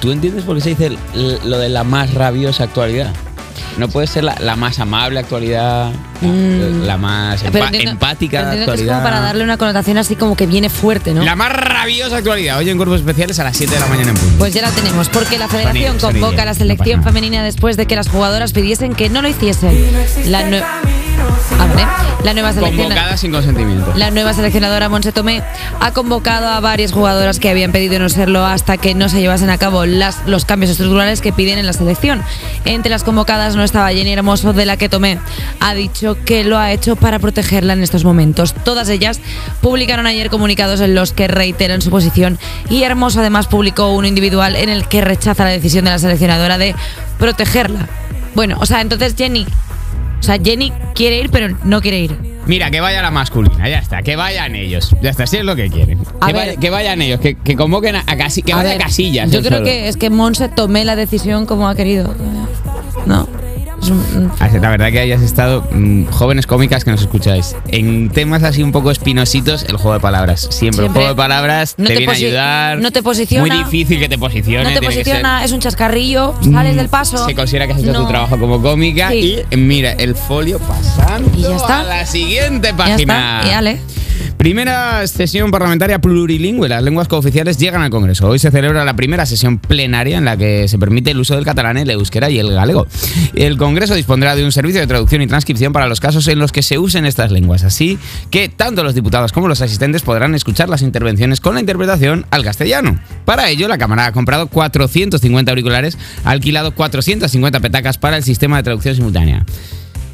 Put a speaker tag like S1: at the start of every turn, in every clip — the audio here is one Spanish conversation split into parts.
S1: ¿Tú entiendes por qué se dice el- l- lo de la más rabiosa actualidad? No puede ser la, la más amable actualidad,
S2: Mm.
S1: la más
S2: Pero
S1: empa-
S2: entiendo-
S1: empática
S2: pero entiendo que
S1: actualidad.
S2: es como para darle una connotación así como que viene fuerte, ¿no?
S1: La más rabiosa actualidad. Hoy en Cuerpos Especiales a las 7 de la mañana en punto.
S2: Pues ya la tenemos, porque la federación
S1: Sonido, sonido,
S2: convoca a la
S1: no
S2: selección
S1: pasa nada.
S2: femenina después de que las jugadoras pidiesen que no lo hiciesen. La, nue- Abre. ¿eh? la nueva selección.
S1: Convocada sin consentimiento.
S2: La nueva seleccionadora Monse Tomé ha convocado a varias jugadoras que habían pedido no serlo hasta que no se llevasen a cabo las- los cambios estructurales que piden en la selección. Entre las convocadas no estaba Jenny Hermoso, de la que Tomé ha dicho que lo ha hecho para protegerla en estos momentos. Todas ellas publicaron ayer comunicados en los que reiteran su posición y Hermoso además publicó uno individual en el que rechaza la decisión de la seleccionadora de protegerla. Bueno, o sea, entonces Jenny... O sea, Jenny quiere ir, pero no quiere ir.
S1: Mira, que vaya la masculina, ya está, que vayan ellos. Ya está, si es lo que quieren.
S2: A
S1: Que,
S2: ver.
S1: vaya- que vayan ellos, que, que convoquen a, a casi, que
S2: A
S1: vaya
S2: ver,
S1: a casillas.
S2: Yo
S1: él
S2: creo
S1: solo.
S2: que es que Monse tomé la decisión como ha querido. No. Es un-
S1: Ah, La verdad que hayas estado, mm, jóvenes cómicas que nos escucháis, en temas así un poco espinositos, el juego de palabras. Siempre, el
S2: Siempre.
S1: juego de palabras
S2: No
S1: te,
S2: te
S1: viene a
S2: posi-
S1: ayudar.
S2: no te posiciona.
S1: Muy difícil que te posicione.
S2: no te
S1: tiene que
S2: posiciona,
S1: ser- Mm,
S2: es un chascarrillo, sales del paso.
S1: Se considera que has hecho
S2: No.
S1: tu trabajo como cómica
S2: Sí.
S1: y mira, el folio pasando
S2: Y ya está.
S1: a la siguiente
S2: Ya
S1: página.
S2: está, y ale.
S1: Primera sesión parlamentaria plurilingüe. Las lenguas cooficiales llegan al Congreso. Hoy se celebra la primera sesión plenaria en la que se permite el uso del catalán, el euskera y el galego. El Congreso dispondrá de un servicio de traducción y transcripción para los casos en los que se usen estas lenguas. Así que tanto los diputados como los asistentes podrán escuchar las intervenciones con la interpretación al castellano. Para ello, la Cámara ha comprado 450 auriculares, ha alquilado 450 petacas para el sistema de traducción simultánea.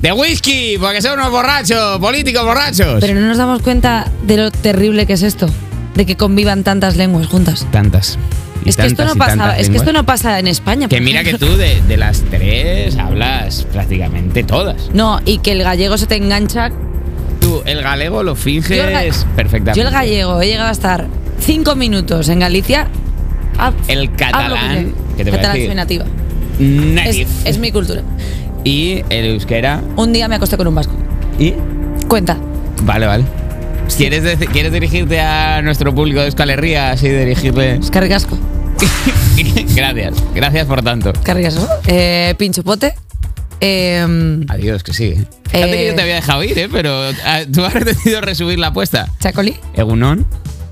S1: ¡De whisky! Porque son unos borrachos, políticos borrachos.
S2: Pero no nos damos cuenta de lo terrible que es esto, de que convivan tantas lenguas juntas.
S1: Tantas. y
S2: Es que esto no
S1: tantas y
S2: pasa,
S1: tantas
S2: es que esto
S1: lenguas.
S2: no pasa en España.
S1: Que
S2: por
S1: mira que
S2: ejemplo.
S1: tú de, de las tres hablas prácticamente todas.
S2: No, y que el gallego se te engancha.
S1: Tú el galego lo finges
S2: Yo el ga-
S1: perfectamente.
S2: Yo el gallego he llegado a estar cinco minutos en Galicia. hab-
S1: El
S2: hablo
S1: catalán,
S2: gallego.
S1: ¿qué te voy a
S2: catalán
S1: decir?
S2: soy nativa. Es-
S1: Native.
S2: es mi cultura.
S1: Y el euskera.
S2: Un día me acosté con un vasco.
S1: Y.
S2: Cuenta.
S1: Vale, vale. ¿Quieres, deci- ¿Quieres dirigirte a nuestro público de Euskal Herria? Así dirigirle.
S2: Es cargasco.
S1: gracias, gracias por tanto.
S2: Cargasco. Eh, pincho pote. Eh,
S1: Adiós, que sí. Fíjate que
S2: Eh.
S1: yo te había dejado ir, ¿eh? pero ah, tú has decidido resumir la apuesta.
S2: chacolí.
S1: Egunon.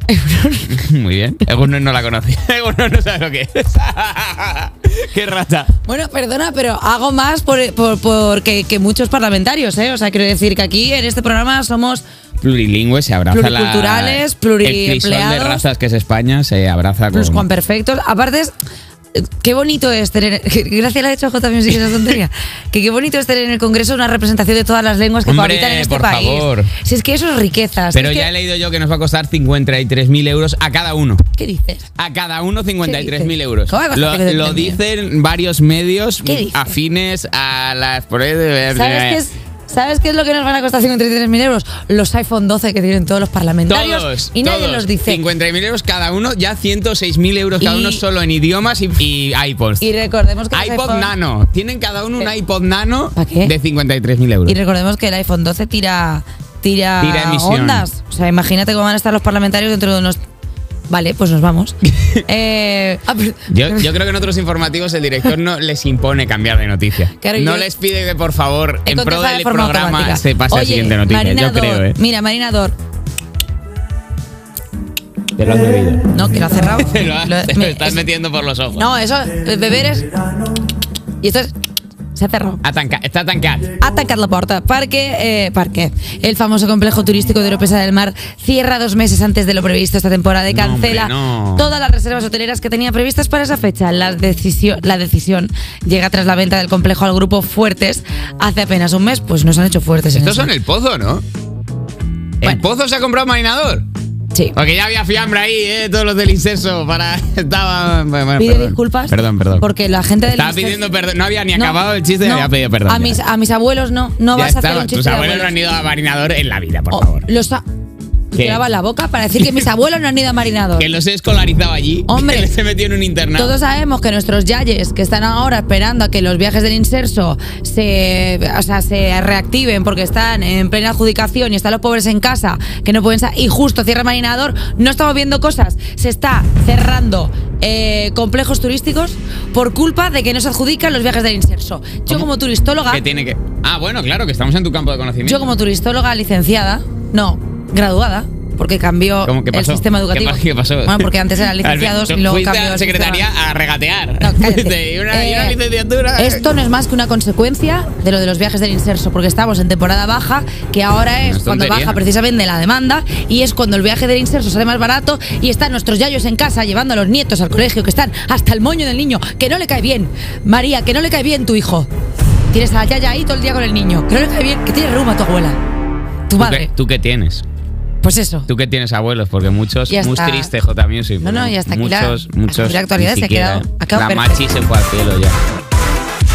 S1: Muy bien. Egunon no la conocía. Egunon no sabe lo que es. Qué rata.
S2: Bueno, perdona, pero hago más por, por- por que, que muchos parlamentarios, ¿eh? O sea, quiero decir que aquí en este programa somos.
S1: Plurilingües se abraza la-
S2: Pluriculturales,
S1: El crisol de
S2: pluriempleados. Pues
S1: razas que es España se abraza con...
S2: Los Juan Perfectos. Aparte, es- eh, qué bonito es tener. Gracias a la hecho J Music esa tontería. Que qué bonito es tener en el Congreso una representación de todas las lenguas que
S1: Hombre,
S2: habitan en este
S1: por
S2: país.
S1: favor.
S2: Si es que eso es riqueza. si
S1: Pero
S2: es que-
S1: ya he leído yo que nos va a costar 53.000 euros a cada uno.
S2: ¿Qué dices?
S1: A cada uno 53.000 euros.
S2: ¿Cómo va a costar
S1: Lo,
S2: que te
S1: lo
S2: den
S1: dicen varios medios
S2: ¿Qué dices?
S1: afines a las...
S2: ¿Sabes qué es? ¿Sabes qué es lo que nos van a costar 53.000 euros? Los iPhone 12 que tienen todos los parlamentarios
S1: Todos,
S2: y nadie
S1: todos.
S2: los dice.
S1: 50.000 euros cada uno, ya 106.000 euros cada
S2: Y-
S1: uno solo en idiomas y, y iPods.
S2: Y recordemos que los
S1: iPod
S2: iPhone-
S1: Nano. Tienen cada uno un
S2: Eh,
S1: iPod Nano
S2: ¿pa' qué?
S1: de 53.000 euros.
S2: Y recordemos que el iPhone 12 tira tira,
S1: Tira emisión.
S2: ondas. O sea, imagínate cómo van a estar los parlamentarios dentro de unos Vale, pues nos vamos. Eh, ah, pero-
S1: Yo, yo creo que en otros informativos el director no les impone cambiar de noticia.
S2: Claro,
S1: no
S2: yo-
S1: les pide que por favor
S2: he
S1: en pro
S2: contestado
S1: del
S2: de forma
S1: programa
S2: automática.
S1: se pase a la
S2: Oye,
S1: siguiente noticia.
S2: Marina
S1: yo
S2: Dor,
S1: creo, ¿eh?
S2: Mira, Marina Dor.
S1: Te lo has bebido.
S2: No, que lo ha cerrado.
S1: Te lo, has-
S2: Lo-
S1: te lo
S2: me-
S1: estás
S2: es-
S1: metiendo por los ojos.
S2: No, eso, el beber es. Y esto es. Se ha cerrado.
S1: Atanca- está tancat.
S2: Atacar la puerta. Parque, eh, parque. El famoso complejo turístico de Oropesa del Mar cierra dos meses antes de lo previsto esta temporada y
S1: No, hombre,
S2: cancela
S1: no.
S2: todas las reservas hoteleras que tenía previstas para esa fecha. La decisión, la decisión llega tras la venta del complejo al grupo Fuertes hace apenas un mes. Pues nos han hecho fuertes. en
S1: Estos
S2: eso.
S1: son el pozo, ¿no? El
S2: Bueno.
S1: pozo se ha comprado marinador.
S2: Sí.
S1: Porque ya había fiambre ahí, ¿eh? Todos los del incenso para... Estaba... bueno, bueno,
S2: Pide
S1: perdón.
S2: disculpas.
S1: Perdón, perdón.
S2: Porque la gente del
S1: Estaba
S2: Ministerio-
S1: pidiendo perdón. No había ni
S2: No,
S1: acabado el chiste y
S2: no.
S1: había pedido perdón.
S2: A mis, a mis abuelos no. No
S1: Ya
S2: vas a hacer
S1: estaba.
S2: un chiste.
S1: Tus
S2: de
S1: abuelos no han ido a marinador en la vida, por
S2: Oh,
S1: favor.
S2: Los ha...
S1: ¿Qué?
S2: Te lava la boca para decir que mis abuelos no han ido a marinador.
S1: Que los he escolarizado allí.
S2: Hombre.
S1: Que les he metido en un internado.
S2: Todos sabemos que nuestros yayes que están ahora esperando a que los viajes del inserso se, o sea, se reactiven porque están en plena adjudicación y están los pobres en casa que no pueden sa- y justo cierra el marinador, no estamos viendo cosas. Se está cerrando eh, complejos turísticos por culpa de que no se adjudican los viajes del inserso. Yo
S1: ¿Cómo?
S2: como turistóloga,
S1: Que tiene que. Ah, bueno, claro, que estamos en tu campo de conocimiento.
S2: yo como turistóloga licenciada, no, graduada, porque cambió
S1: ¿Cómo? ¿Qué
S2: el
S1: pasó?
S2: sistema educativo.
S1: ¿Qué, pa- qué pasó?
S2: Bueno, porque antes eran licenciados
S1: Tú
S2: y luego
S1: fuiste
S2: cambió
S1: a la
S2: el
S1: secretaría
S2: sistema.
S1: a regatear.
S2: No, cállate.
S1: Fuiste, y una, y una
S2: Eh,
S1: licenciatura.
S2: Esto no es más que una consecuencia de lo de los viajes del inserso, porque estamos en temporada baja, que ahora es
S1: es
S2: cuando
S1: tontería.
S2: baja precisamente la demanda, y es cuando el viaje del inserso sale más barato, y están nuestros yayos en casa llevando a los nietos al colegio, que están hasta el moño del niño, que no le cae bien. María, que no le cae bien tu hijo. Tienes a la yaya ahí todo el día con el niño, que no le cae bien, que tiene reuma tu abuela, tu
S1: ¿Tú qué,
S2: madre.
S1: ¿Tú qué tienes?
S2: Pues eso.
S1: ¿Tú qué tienes abuelos? Porque muchos.
S2: Ya
S1: Muy
S2: está.
S1: triste, J Music.
S2: No, no,
S1: porque
S2: y hasta aquí la-
S1: Muchos,
S2: hasta
S1: muchos.
S2: aquí la actualidad
S1: ni
S2: se ha
S1: siquiera,
S2: quedado- ha quedado
S1: La
S2: perfecta.
S1: machi se fue al cielo ya.